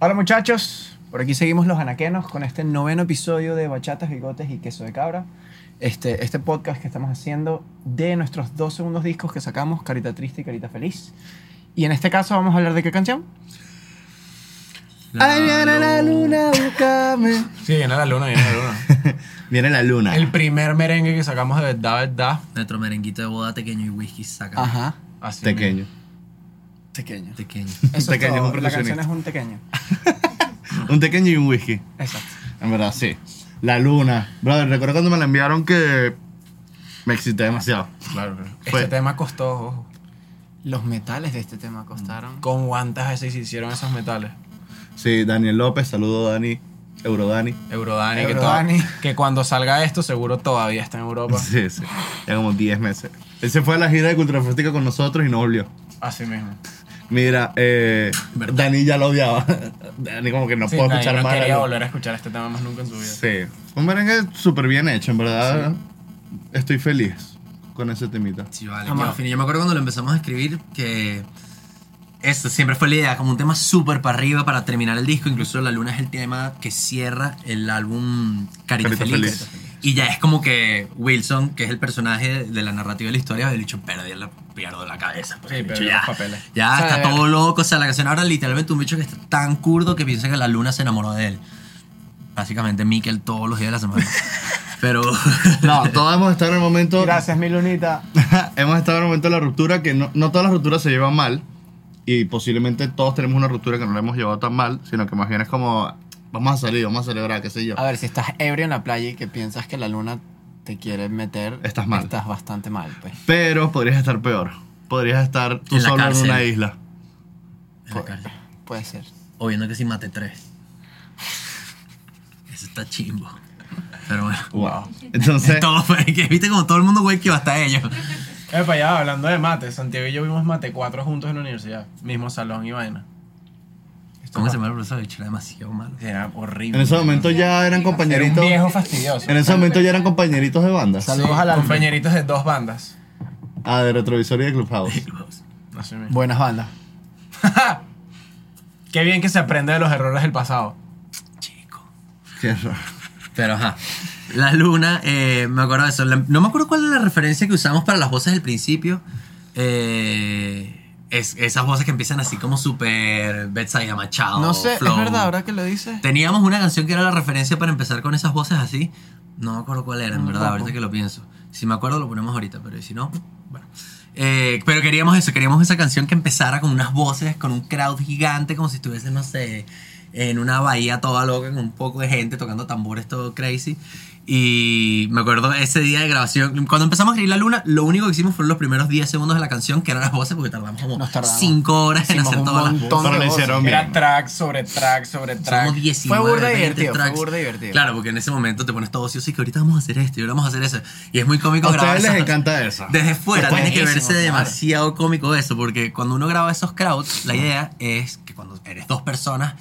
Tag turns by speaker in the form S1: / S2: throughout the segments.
S1: Hola muchachos, por aquí seguimos los anaquenos con este noveno episodio de Bachatas, Bigotes y Queso de Cabra. Este, este podcast que estamos haciendo de nuestros dos segundos discos que sacamos, Carita Triste y Carita Feliz. Y en este caso vamos a hablar de qué canción. Ay, viene la luna, búscame.
S2: Sí, viene la luna, viene la luna.
S3: Viene la luna.
S2: El primer merengue que sacamos de verdad, verdad.
S4: Nuestro merenguito de boda pequeño y whisky saca.
S1: Ajá,
S2: Así
S3: Pequeño.
S1: tequeño.
S4: Pequeño.
S1: Eso
S3: Tequeño es
S1: todo,
S3: un
S1: La canción
S3: percusionista.
S1: es un tequeño.
S3: Un pequeño y un whisky.
S1: Exacto.
S3: En verdad, sí. La luna. Brother, recuerdo cuando me la enviaron que me excité demasiado.
S2: mismo. Claro, claro. Este
S3: Fue.
S2: tema costó, ojo.
S1: Los metales de este tema costaron.
S2: ¿Con cuántas veces se hicieron esos metales?
S3: Sí, Daniel López, saludo Dani, Eurodani.
S2: Eurodani, que,
S1: Eurodani.
S2: toda- que cuando salga esto seguro todavía está en Europa.
S3: Sí, sí. Ya como 10 meses. Él se fue a la gira de Cultura Fresca con nosotros y no volvió.
S2: Así mismo.
S3: Mira, eh,
S4: ¿Verdad?
S3: Dani ya lo odiaba. Dani como que no
S2: Sí,
S3: puedo
S2: nadie no
S3: escuchar más.
S2: quería
S3: ¿no?
S2: volver a escuchar este tema más nunca en su vida.
S3: Sí. Un merengue súper bien hecho, en verdad. Estoy feliz con ese temita.
S4: Sí, vale.
S1: Jamás.
S4: Yo, fin, yo me acuerdo cuando lo empezamos a escribir que eso siempre fue la idea, como un tema súper para arriba para terminar el disco. Incluso La Luna es el tema que cierra el álbum Carita,
S3: Carita
S4: Feliz.
S3: Feliz.
S4: Y ya es como que Wilson, que es el personaje de la narrativa de la historia, había dicho, perdí la, pierdo la cabeza. pues,
S2: Sí,
S4: el bicho
S2: perdió
S4: ya,
S2: los papeles.
S4: Ya
S1: O sea,
S4: está
S1: de
S4: todo loco. O sea, la canción ahora literalmente un bicho que está tan curdo que piensa que la luna se enamoró de él. Básicamente Mikel todos los días de la semana. Pero...
S1: Pues,
S3: No, todos hemos estado en el momento.
S1: Gracias, mi lunita.
S3: hemos estado en el momento de la ruptura que no, no todas las rupturas se llevan mal. Y posiblemente todos tenemos una ruptura que no la hemos llevado tan mal, sino que más bien es como. Vamos a salir, vamos a celebrar, qué sé yo.
S1: A ver, si estás ebrio en la playa y que piensas que la luna te quiere meter,
S3: Estás mal.
S1: Estás bastante mal, pues.
S3: Pero podrías estar peor. Podrías estar tú
S4: En la
S3: solo en
S4: cárcel.
S3: una isla.
S4: En la calle.
S1: Puede ser.
S4: O viendo que si mate tres. Eso está chimbo. Pero bueno.
S3: Wow. Entonces,
S4: Todo fue que viste como todo el mundo güey que va hasta ellos.
S2: Epa, ya hablando de mate, Santiago y yo vimos mate cuatro juntos en la universidad. Mismo salón y vaina.
S4: ¿Cómo se llama el profesor? El bicho Era demasiado malo.
S2: Era horrible.
S3: en ese momento ya eran
S2: Era un
S3: compañeritos.
S2: viejo fastidioso.
S3: En ese momento ya eran compañeritos de banda.
S1: Saludos a la
S2: compañeritos de dos bandas.
S3: Ah, de retrovisor y de clubhouse.
S2: Así mismo.
S1: Buenas bandas.
S2: Qué bien que se aprende de los errores del pasado.
S4: Chico.
S3: Qué raro.
S4: Pero ajá. La luna, eh, me acuerdo de eso. La- no me acuerdo cuál es la referencia que usamos para las voces del principio. Eh, es, esas voces que empiezan así como súper Betsy Machado.
S1: no sé,
S4: flow.
S1: es verdad, ahora que lo dices.
S4: Teníamos una canción que era la referencia para empezar con esas voces así. No me acuerdo cuál era, en
S1: No,
S4: verdad,
S1: tampoco.
S4: ahorita que lo pienso. Si me acuerdo, lo ponemos ahorita, pero si no, bueno. Eh, pero queríamos eso, queríamos esa canción que empezara con unas voces, con un crowd gigante, como si estuviese, no sé, en una bahía toda loca, con un poco de gente tocando tambores, todo crazy. Y me acuerdo ese día de grabación, cuando empezamos a escribir La Luna, lo único que hicimos fueron los primeros 10 segundos de la canción, que eran las voces, porque tardamos como
S1: Nos tardamos.
S4: 5 horas en
S1: Hicimos
S4: hacer
S1: un
S4: todas las
S1: montón
S3: Pero
S1: de
S3: lo
S1: voces.
S3: hicieron
S2: Era
S3: bien.
S2: track sobre track sobre track.
S4: Somos 19,
S1: Fue burda
S4: 20
S1: divertido, fue
S4: tracks.
S1: burda divertido.
S4: Claro, porque en ese momento te pones todo ocioso y que ahorita vamos a hacer esto y ahora vamos a hacer eso. Y es muy cómico
S3: A
S4: grabar
S3: ustedes les
S4: esas-
S3: encanta eso.
S4: Desde fuera
S1: Pues
S4: tiene que
S1: buenísimo,
S4: verse
S1: claro.
S4: demasiado cómico eso, porque cuando uno graba esos crowds, la idea es que cuando eres dos personas,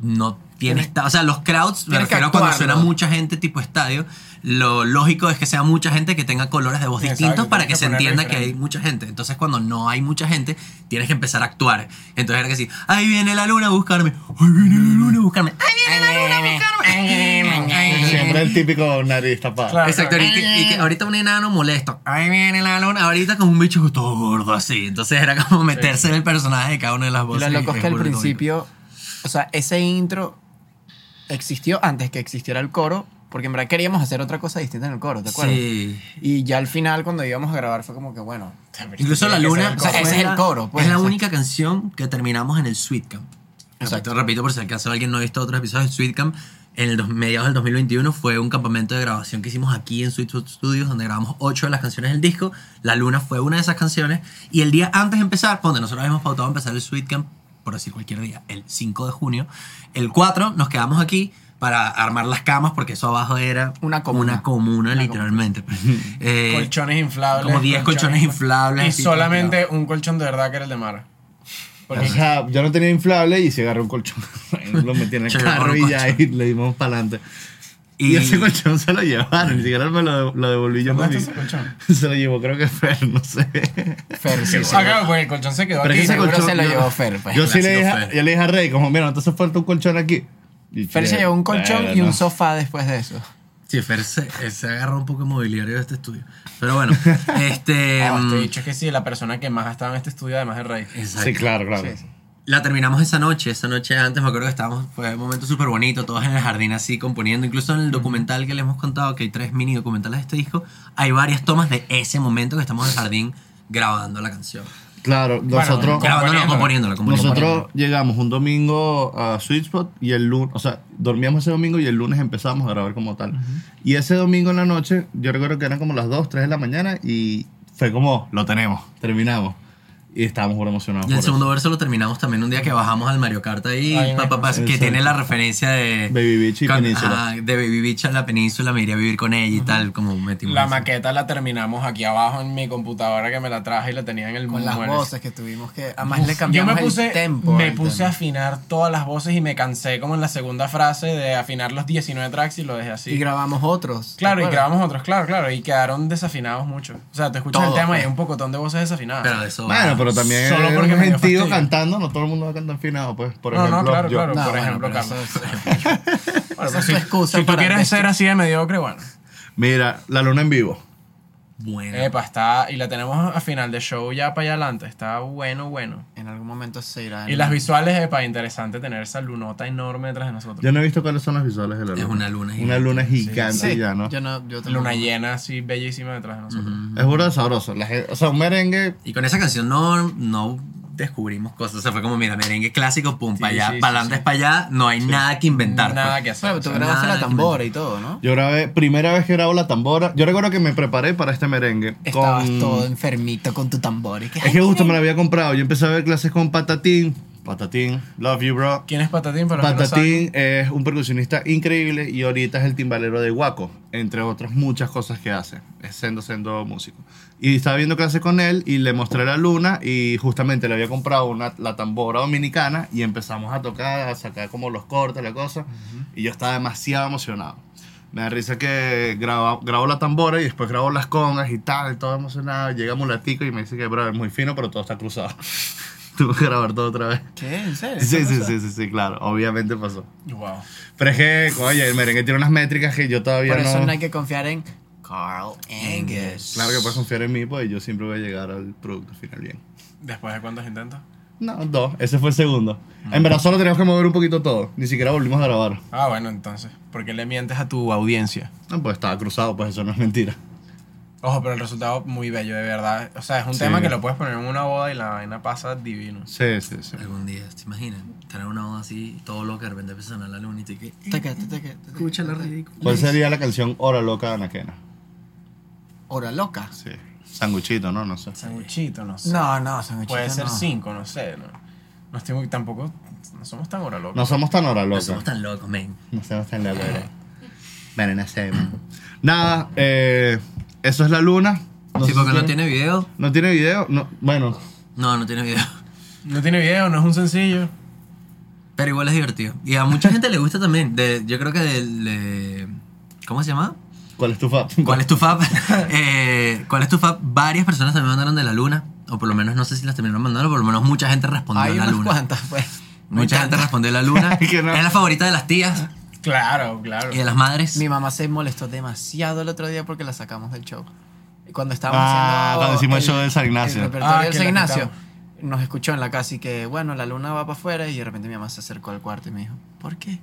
S4: no tienes... ta- O sea, los crowds, me
S1: Tienes que
S4: refiero a cuando
S1: actuarlo.
S4: suena mucha gente tipo estadio, lo lógico es que sea mucha gente que tenga colores de voz
S2: Exacto,
S4: distintos para que
S2: tienes que
S4: se
S2: ponerle
S4: entienda que hay
S2: diferente.
S4: mucha gente. Entonces, cuando no hay mucha gente, tienes que empezar a actuar. Entonces era que sí, ahí viene la luna a buscarme, ahí viene la luna a buscarme, ahí viene la luna a buscarme. Ahí viene
S3: Siempre el típico nariz tapada.
S2: Claro.
S4: Exacto, ahorita, y que ahorita un enano molesto. Ahí viene la luna. Ahorita como un bicho todo gordo así. Entonces era como meterse en el personaje de cada una de las
S1: Y Lo
S4: voces.
S1: loco es que al
S4: burda de
S1: principio, o sea, ese intro existió antes que existiera el coro, porque en verdad queríamos hacer otra cosa distinta en el coro, ¿te
S4: cómico.
S1: acuerdas?
S4: Sí.
S1: Y ya al final, cuando íbamos a grabar, fue como que, bueno,
S4: Incluso la luna.
S1: o sea, ese es el coro, pues,
S4: es la
S1: exacto.
S4: única canción que terminamos en el Sweet Camp. Repito, repito, por si al caso alguien no ha visto otros episodios, el Sweet Camp en el dos- mediados del 2021 fue un campamento de grabación que hicimos aquí en Sweet Tooth Studios, donde grabamos ocho de las canciones del disco. La Luna fue una de esas canciones. Y el día antes de empezar, donde nosotros habíamos pautado empezar el Sweet Camp, por decir cualquier día, el 5 de junio, el 4 nos quedamos aquí para armar las camas, porque eso abajo era
S1: Una comuna.
S4: una comuna, literalmente. Eh,
S2: colchones inflables.
S4: como 10 colchones inflables,
S2: Y
S4: así,
S2: solamente un colchón de verdad que era el de Mara.
S3: O
S2: Porque
S3: sea, yo no tenía inflable y se agarró un colchón. lo metí en el
S4: Se agarró
S3: carro
S4: un
S3: y ya
S4: colchón.
S3: y le dimos para adelante. Y, ese colchón se lo llevaron, ni siquiera me lo, lo devolví yo.
S2: ¿Dónde
S3: mami.
S2: está ese colchón?
S3: Se lo llevó, creo que Fer, no sé.
S5: Fer, sí, sí.
S2: Ah, claro, pues el colchón se quedó
S3: Pero
S2: aquí.
S3: ese
S5: seguro
S3: colchón,
S5: se lo
S3: yo-
S5: llevó Fer. pues.
S3: Yo sí le dije,
S4: Clásico
S3: a-
S4: Fer.
S3: yo le dije a Rey, como, mira, entonces falta un colchón aquí. Y
S1: Fer se
S3: che,
S1: llevó un colchón y
S3: bueno.
S1: un sofá después de eso.
S4: Sí, Fer se, eh, se agarra un poco de mobiliario de este estudio. Pero bueno, este.
S2: Ah, te he
S4: mm,
S2: dicho que sí, la persona que más ha estado en este estudio, además de Rey.
S4: exacto.
S3: Sí, claro, claro.
S1: Sí, sí.
S4: La terminamos esa noche, esa noche antes, me acuerdo que estábamos, fue un momento súper bonito, todos en el jardín así componiendo, incluso en el documental que les hemos contado, que hay tres mini documentales de este disco, hay varias tomas de ese momento que estamos en el jardín grabando la canción.
S3: Claro, nosotros...
S2: ya-
S4: Grabando, no, componiéndola, componiéndola.
S3: Nosotros llegamos un domingo a Sweet Spot y el lunes, o sea, dormíamos ese domingo y el lunes empezamos a grabar como tal. Y ese domingo en la noche, yo recuerdo que eran como las 2, 3 de la mañana y fue como, lo tenemos, terminamos. Y estábamos muy emocionados.
S4: Y el
S3: por
S4: segundo
S3: eso.
S4: verso lo terminamos también un día que bajamos al Mario Kart ahí,
S2: Ay,
S4: pa, pa, pa, que
S3: exacto.
S4: tiene la referencia de...
S3: Baby Beach y
S4: con-
S3: Península.
S4: ajá, de Baby Beach a la península, me iría a vivir con ella y tal, como metimos.
S2: La
S4: eso.
S2: maqueta la terminamos aquí abajo en mi computadora que me la traje y la tenía en el
S5: Con las
S2: mueble.
S5: voces que tuvimos que. Además le
S2: Yo
S5: cambiamos
S2: me puse,
S5: el tempo.
S2: me
S5: al
S2: puse a
S5: tema.
S2: afinar todas las voces y me cansé como en la segunda frase de afinar los 19 tracks y lo dejé así.
S5: Y grabamos otros. ¿te
S2: claro, y
S5: acuerdas?
S2: grabamos otros, claro, claro. Y quedaron desafinados mucho. O sea, te escuchas
S5: Todos,
S2: el tema y
S5: pues.
S2: hay un pocotón de voces desafinadas.
S4: Pero de eso...
S3: Bueno, pero también
S2: Ah, Solo
S3: era
S2: porque
S3: un
S2: me dio
S3: gentío
S2: fastidio.
S3: cantando, no todo el mundo va a cantar finado, pues. Por
S2: No, no,
S3: ejemplo,
S2: claro,
S3: yo.
S2: claro.
S1: Ah,
S5: No,
S2: por
S5: bueno,
S2: ejemplo,
S5: pero eso-
S2: Carlos. Bueno,
S5: esa
S2: pues
S5: es tu
S2: si-
S5: excusa
S2: si tú
S5: para
S2: quieres
S5: vestir.
S2: ser así de mediocre, bueno.
S3: Mira, la luna en vivo.
S4: Bueno.
S2: Epa, está. Y la tenemos a final de show ya para allá adelante. Está bueno, bueno.
S5: En algún momento se irá.
S2: Y las visuales, epa, interesante tener esa lunota enorme detrás de nosotros.
S3: Yo no he visto cuáles son las visuales de la
S4: Es
S3: luna.
S4: una luna
S3: Una
S4: gigante.
S3: luna
S2: Sí.
S3: gigante
S5: Sí,
S3: ya, ¿no?
S5: Yo no. Yo tampoco.
S2: Luna llena así bellísima detrás de nosotros.
S3: Es burda de sabroso. La gente- o sea, un merengue
S4: Y con esa canción no, no descubrimos cosas. O sea, fue como, mira, merengue clásico, pum, para allá,
S2: sí,
S4: para
S2: sí,
S4: adelante es para allá, no hay nada que inventar.
S2: Nada
S4: pues.
S2: que hacer.
S5: Bueno, tú
S2: o sea,
S5: grabaste
S4: nada
S5: la
S4: que me-
S5: tambora y todo, ¿no?
S3: Yo grabé, primera vez que grabo la tambora. Yo recuerdo que me preparé para este merengue.
S5: Estabas
S3: con-
S5: todo enfermito con tu tambor. y que-
S3: Es que justo me la había comprado. Yo empecé a ver clases con Patatín. Patatín, love you, bro.
S2: ¿Quién es Patatín? Para los que no saben?
S3: Patatín es un percusionista increíble y ahorita es el timbalero de Guaco, entre otras muchas cosas que hace. Es siendo, siendo músico. Y estaba viendo clases con él y le mostré la luna y justamente le había comprado una, la tambora dominicana y empezamos a tocar, a sacar como los cortes, la cosa. Y yo estaba demasiado emocionado. Me da risa que grabo, grabo la tambora y después grabo las congas y tal, todo emocionado. Llega Mulatico y me dice que, bro, es muy fino, pero todo está cruzado. Tuve que grabar todo otra vez.
S5: ¿Qué? ¿En serio?
S3: Sí, sí, sí, sí, sí, claro. Obviamente pasó.
S2: Wow.
S3: Pero es que, coño, el merengue tiene unas métricas que yo todavía
S5: Por
S3: no...
S5: eso no hay que confiar en Carl Angus.
S3: Claro que puedes confiar en mí, pues yo siempre voy a llegar al producto final bien.
S2: ¿Después de cuántos intentos?
S3: No, dos. Ese fue el segundo. En verdad solo tenemos que mover un poquito todo. Ni siquiera volvimos a grabar.
S2: Ah, bueno, entonces. ¿Por qué le mientes a tu audiencia?
S3: No, pues estaba cruzado, pues eso no es mentira.
S2: Ojo, pero el resultado muy bello, de verdad. O sea, es un
S3: Sí.
S2: tema que lo puedes poner en una boda y la vaina pasa divino.
S3: Sí, sí, sí.
S4: Algún día, ¿te imaginas? Tener una voz así, todo lo que de repente empieza a sonar la luna y te que eh,
S5: Taca, taca, taca, taca,
S4: Escucha la
S5: taca.
S4: ridícula.
S3: ¿Cuál sería la canción Hora Loca de Anaquena?
S5: Hora loca.
S3: Sí. Sanguchito, ¿no? No sé.
S2: Sanguchito, no sé.
S5: No, no, sanguchito
S2: Puede ser
S5: no.
S2: cinco, no sé. No, no estoy muy, tampoco, no somos tan hora locos.
S3: No somos tan Hora
S4: No
S3: Loca.
S4: somos tan locos, men.
S3: No sé, no está en la luna. Bueno, no sé. man. Nada, eh, eso es la luna. No sé
S4: sí,
S3: si
S4: porque no
S3: tiene-
S4: tiene video.
S3: No tiene video. No, bueno,
S4: No, no tiene video.
S2: No tiene video, no es un sencillo.
S4: Pero igual es divertido. Y a mucha gente le gusta también. De- yo creo que del... de- ¿Cómo se llama?
S3: ¿cuál es tu fa?
S4: ¿Cuál es tu fab? Eh, ¿Cuál es tu fab? Varias personas también mandaron de la luna. O por lo menos, no sé si las terminaron mandando, pero por lo menos mucha gente respondió
S5: Hay
S4: a la
S5: unas
S4: luna.
S5: cuantas, pues. Me
S4: Mucha
S5: encanta.
S4: gente respondió la luna.
S3: Que no.
S4: Es la favorita de las tías
S2: Claro, claro.
S4: y de las madres.
S5: Mi mamá se molestó demasiado el otro día porque la sacamos del show. Cuando estábamos
S3: Ah,
S5: haciendo.
S3: cuando hicimos el show de San
S5: El
S3: Ignacio.
S5: repertorio
S2: Ah,
S5: de
S2: que
S5: San
S2: la
S5: Ignacio. Nos escuchó en la casa y que, bueno, la luna va para afuera. Y de repente mi mamá se acercó al cuarto y me dijo, ¿por qué?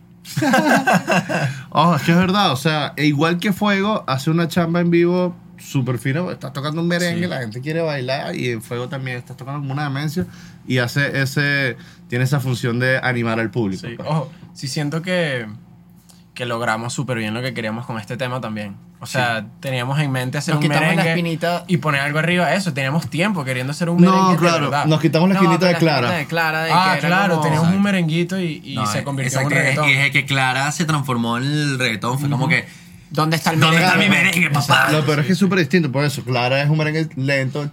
S3: Ojo, Oh, es que es verdad. O sea, e igual que Fuego hace una chamba en vivo súper fina. Estás tocando un merengue, la gente quiere bailar. Y en Fuego también estás tocando como una demencia. Y hace ese. Tiene esa función de animar al público.
S2: Sí,
S3: pues.
S2: ojo, Oh, sí siento que, que logramos súper bien lo que queríamos con este tema también. O sea, teníamos en mente hacer
S5: Nos
S2: un
S5: quitamos la
S2: merengue
S5: espinita.
S2: y poner algo arriba de eso. Teníamos tiempo queriendo hacer un merengue
S3: no,
S2: de
S3: claro.
S2: verdad.
S3: Nos quitamos la
S5: No,
S3: esquinita
S5: pero
S3: de
S5: esquinita
S3: Clara.
S5: de Clara. de
S2: Ah,
S5: que era
S2: claro,
S5: como-
S2: teníamos un merenguito y, y
S4: No,
S2: se convirtió en un
S4: exacto,
S2: reggaetón.
S4: Y es que Clara se transformó en el reggaetón. Fue como que.
S5: ¿Dónde está el
S4: ¿Dónde
S5: merengue?
S4: está mi merengue, papá?
S3: Lo peor es que es súper distinto. Por eso, Clara es un merengue lento.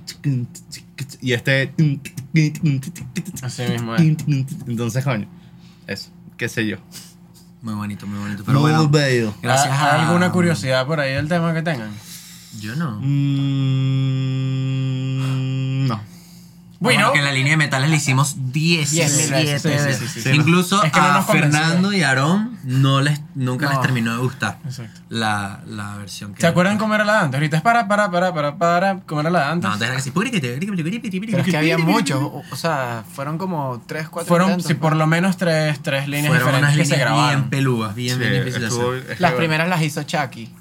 S3: Y este.
S2: Así mismo es.
S3: Entonces, coño. Eso. ¿Qué sé yo?
S4: Muy bonito, muy bonito. Pero
S3: Muy
S4: bueno,
S3: bello.
S4: gracias
S2: ¿A-
S4: a...
S2: ¿Alguna curiosidad por ahí del tema que tengan?
S4: Yo no.
S3: Mm, no.
S2: Bueno,
S4: que en la línea de metales le hicimos 17
S2: veces, sí, sí,
S4: veces.
S2: sí, sí,
S3: sí.
S4: Incluso
S2: Es que no
S4: a
S2: nos convenció.
S4: Fernando y Aarón no les, nunca les
S2: No.
S4: terminó de gustar
S2: Exacto.
S4: la, la versión que...
S2: ¿se acuerdan cómo era la de antes? Ahorita es para, para, para, para, para, cómo era la de antes.
S4: No, antes era así...
S5: Pero es que había muchos. O, o sea, fueron como tres, cuatro
S2: Fueron,
S5: intentos,
S2: sí,
S5: pues.
S2: por lo menos tres, tres líneas
S4: Fueron
S2: diferentes
S4: unas
S2: que se
S4: líneas bien
S2: grabaron.
S4: pelúas, bien,
S3: Sí,
S4: bien difíciles de
S3: estuvo-
S4: hacer.
S3: es
S5: Las
S3: que-
S5: primeras las hizo Chucky,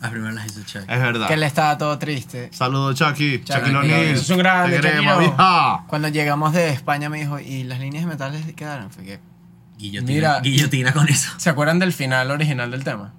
S4: Las primeras las hizo Chuck.
S3: Es verdad.
S5: que él estaba todo triste.
S3: Saludos, Chucky. Chucky
S4: Chucky,
S3: O'Neal.
S2: es un grande,
S3: Te queremos,
S2: Chucky, no.
S3: vieja.
S5: Cuando llegamos de España me dijo, ¿y las líneas de metales qué quedaron? Fue que,
S4: Guillotina,
S2: Mira.
S4: guillotina con eso.
S2: ¿Se acuerdan del final original del tema?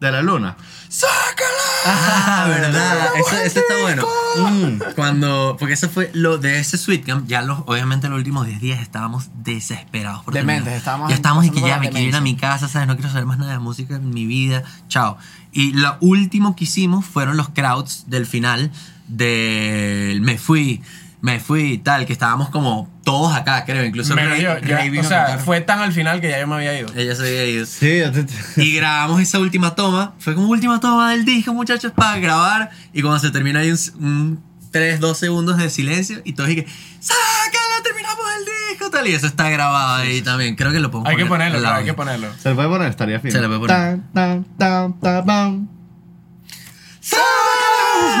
S3: De la luna.
S4: Ah, verdad. Eso, eso está bueno.
S3: Mm.
S4: Cuando, porque eso fue lo de ese Sweet Camp, ya los, obviamente los últimos 10 días estábamos desesperados. Por
S5: Dementes,
S4: terminar.
S5: estábamos
S4: Ya estábamos y que
S5: pasando
S4: ya
S5: por la
S4: me quiero ir a mi casa, ¿sabes? No quiero saber más nada de música en mi vida, chao. Y lo último que hicimos fueron los crowds del final del Me Fui, Me Fui, tal, que estábamos como todos acá, creo, incluso
S2: Menos
S4: Rey-
S2: yo, yo-
S4: Rey vino
S2: o
S4: a
S2: sea,
S4: cantar.
S2: fue tan al final que ya yo me había ido.
S4: Ella se había ido.
S3: Sí, ya te- te-
S4: Y grabamos esa última toma. Fue como última toma del disco, muchachos, para grabar. Y cuando se termina hay un, 3, 2 segundos de silencio. Y todos dije, ¡sácala! Terminamos el disco. Tal y eso está grabado ahí también. Creo que lo podemos
S2: Hay que ponerlo,
S4: al
S2: claro, hay
S4: audio.
S2: que ponerlo.
S3: Se le puede poner, estaría fino.
S4: Se le puede poner.
S3: Tan, tan, tan, tan, pam.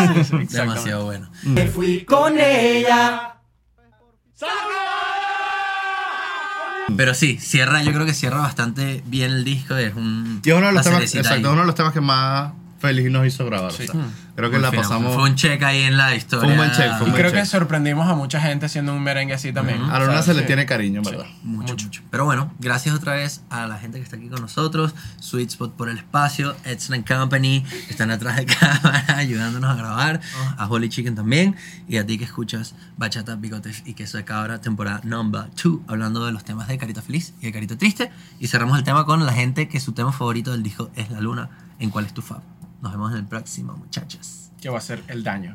S4: Demasiado bueno.
S2: Mm.
S4: Pero sí, cierra, yo creo que cierra bastante bien el disco. Es un.
S3: Y es uno de los
S4: una
S3: temas,
S4: cerecita
S3: exacto,
S4: ahí.
S3: uno de los temas que más feliz nos hizo grabar. o sea, creo que
S4: Muy
S3: la
S4: fino.
S3: pasamos.
S4: Fue un check ahí en la historia.
S3: buen check, fue un
S2: Y creo
S3: Muy
S2: que
S3: chévere.
S2: sorprendimos a mucha gente haciendo un merengue así también.
S3: A la luna se le tiene cariño, en verdad.
S4: Mucho, mucho. Pero bueno, gracias otra vez a la gente que está aquí con nosotros, Sweet Spot por el espacio, Edson Company, que están atrás de cámara ayudándonos a grabar, a Holy Chicken también, y a ti que escuchas Bachata, Bigotes y Queso de Cabra, temporada number 2, hablando de los temas de Carita Feliz y de Carita Triste, y cerramos el tema con la gente que su tema favorito del disco es La Luna, en cuál es tu fab. Nos vemos en el próximo, muchachos.
S2: Que va a ser el daño.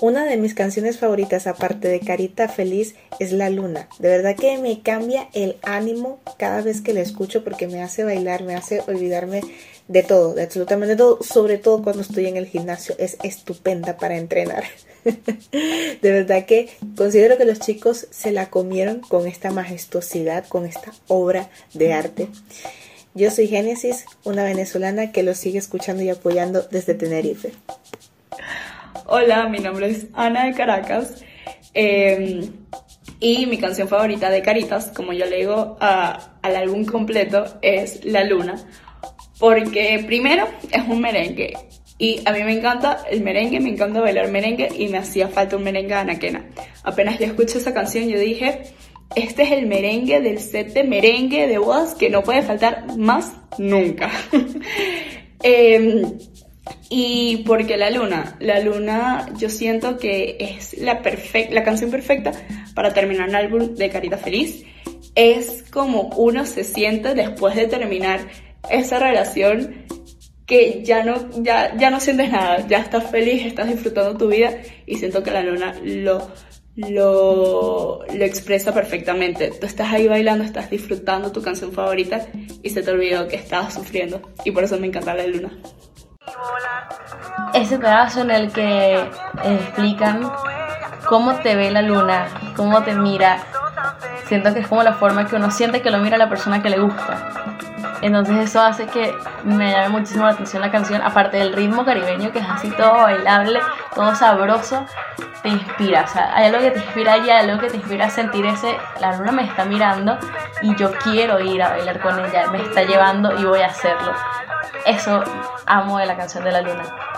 S6: Una de mis canciones favoritas, aparte de Carita Feliz, es La Luna. De verdad que me cambia el ánimo cada vez que la escucho porque me hace bailar, me hace olvidarme de todo, de absolutamente todo, sobre todo cuando estoy en el gimnasio. Es estupenda para entrenar. De verdad que considero que los chicos se la comieron con esta majestuosidad, con esta obra de arte. Yo soy Génesis, una venezolana que los sigue escuchando y apoyando desde Tenerife.
S7: Hola, mi nombre es Ana de Caracas eh, y mi canción favorita de Caritas, como yo le digo a- al álbum completo, es La Luna, porque primero es un merengue y a mí me encanta el merengue, me encanta bailar merengue y me hacía falta un merengue de Anaquena. Apenas yo escuché esa canción yo dije, este es el merengue del set de merengue de bodas que no puede faltar más nunca. Em, y porque la luna, la luna yo siento que es la, perfec- la canción perfecta para terminar un álbum de Carita Feliz. Es como uno se siente después de terminar esa relación que ya no, ya, ya no sientes nada, ya estás feliz, estás disfrutando tu vida y siento que la luna lo, lo, lo expresa perfectamente. Tú estás ahí bailando, estás disfrutando tu canción favorita y se te olvidó que estabas sufriendo y por eso me encanta la luna.
S8: ese pedazo en el que explican cómo te ve la luna, cómo te mira. Siento que es como la forma que uno siente que lo mira la persona que le gusta. Entonces eso hace que me llame muchísimo la atención la canción, aparte del ritmo caribeño que es así todo bailable, todo sabroso, te inspira, o sea, hay algo que te inspira allí, hay algo que te inspira a sentir ese, la luna me está mirando y yo quiero ir a bailar con ella, me está llevando y voy a hacerlo. Eso amo de la canción de la luna.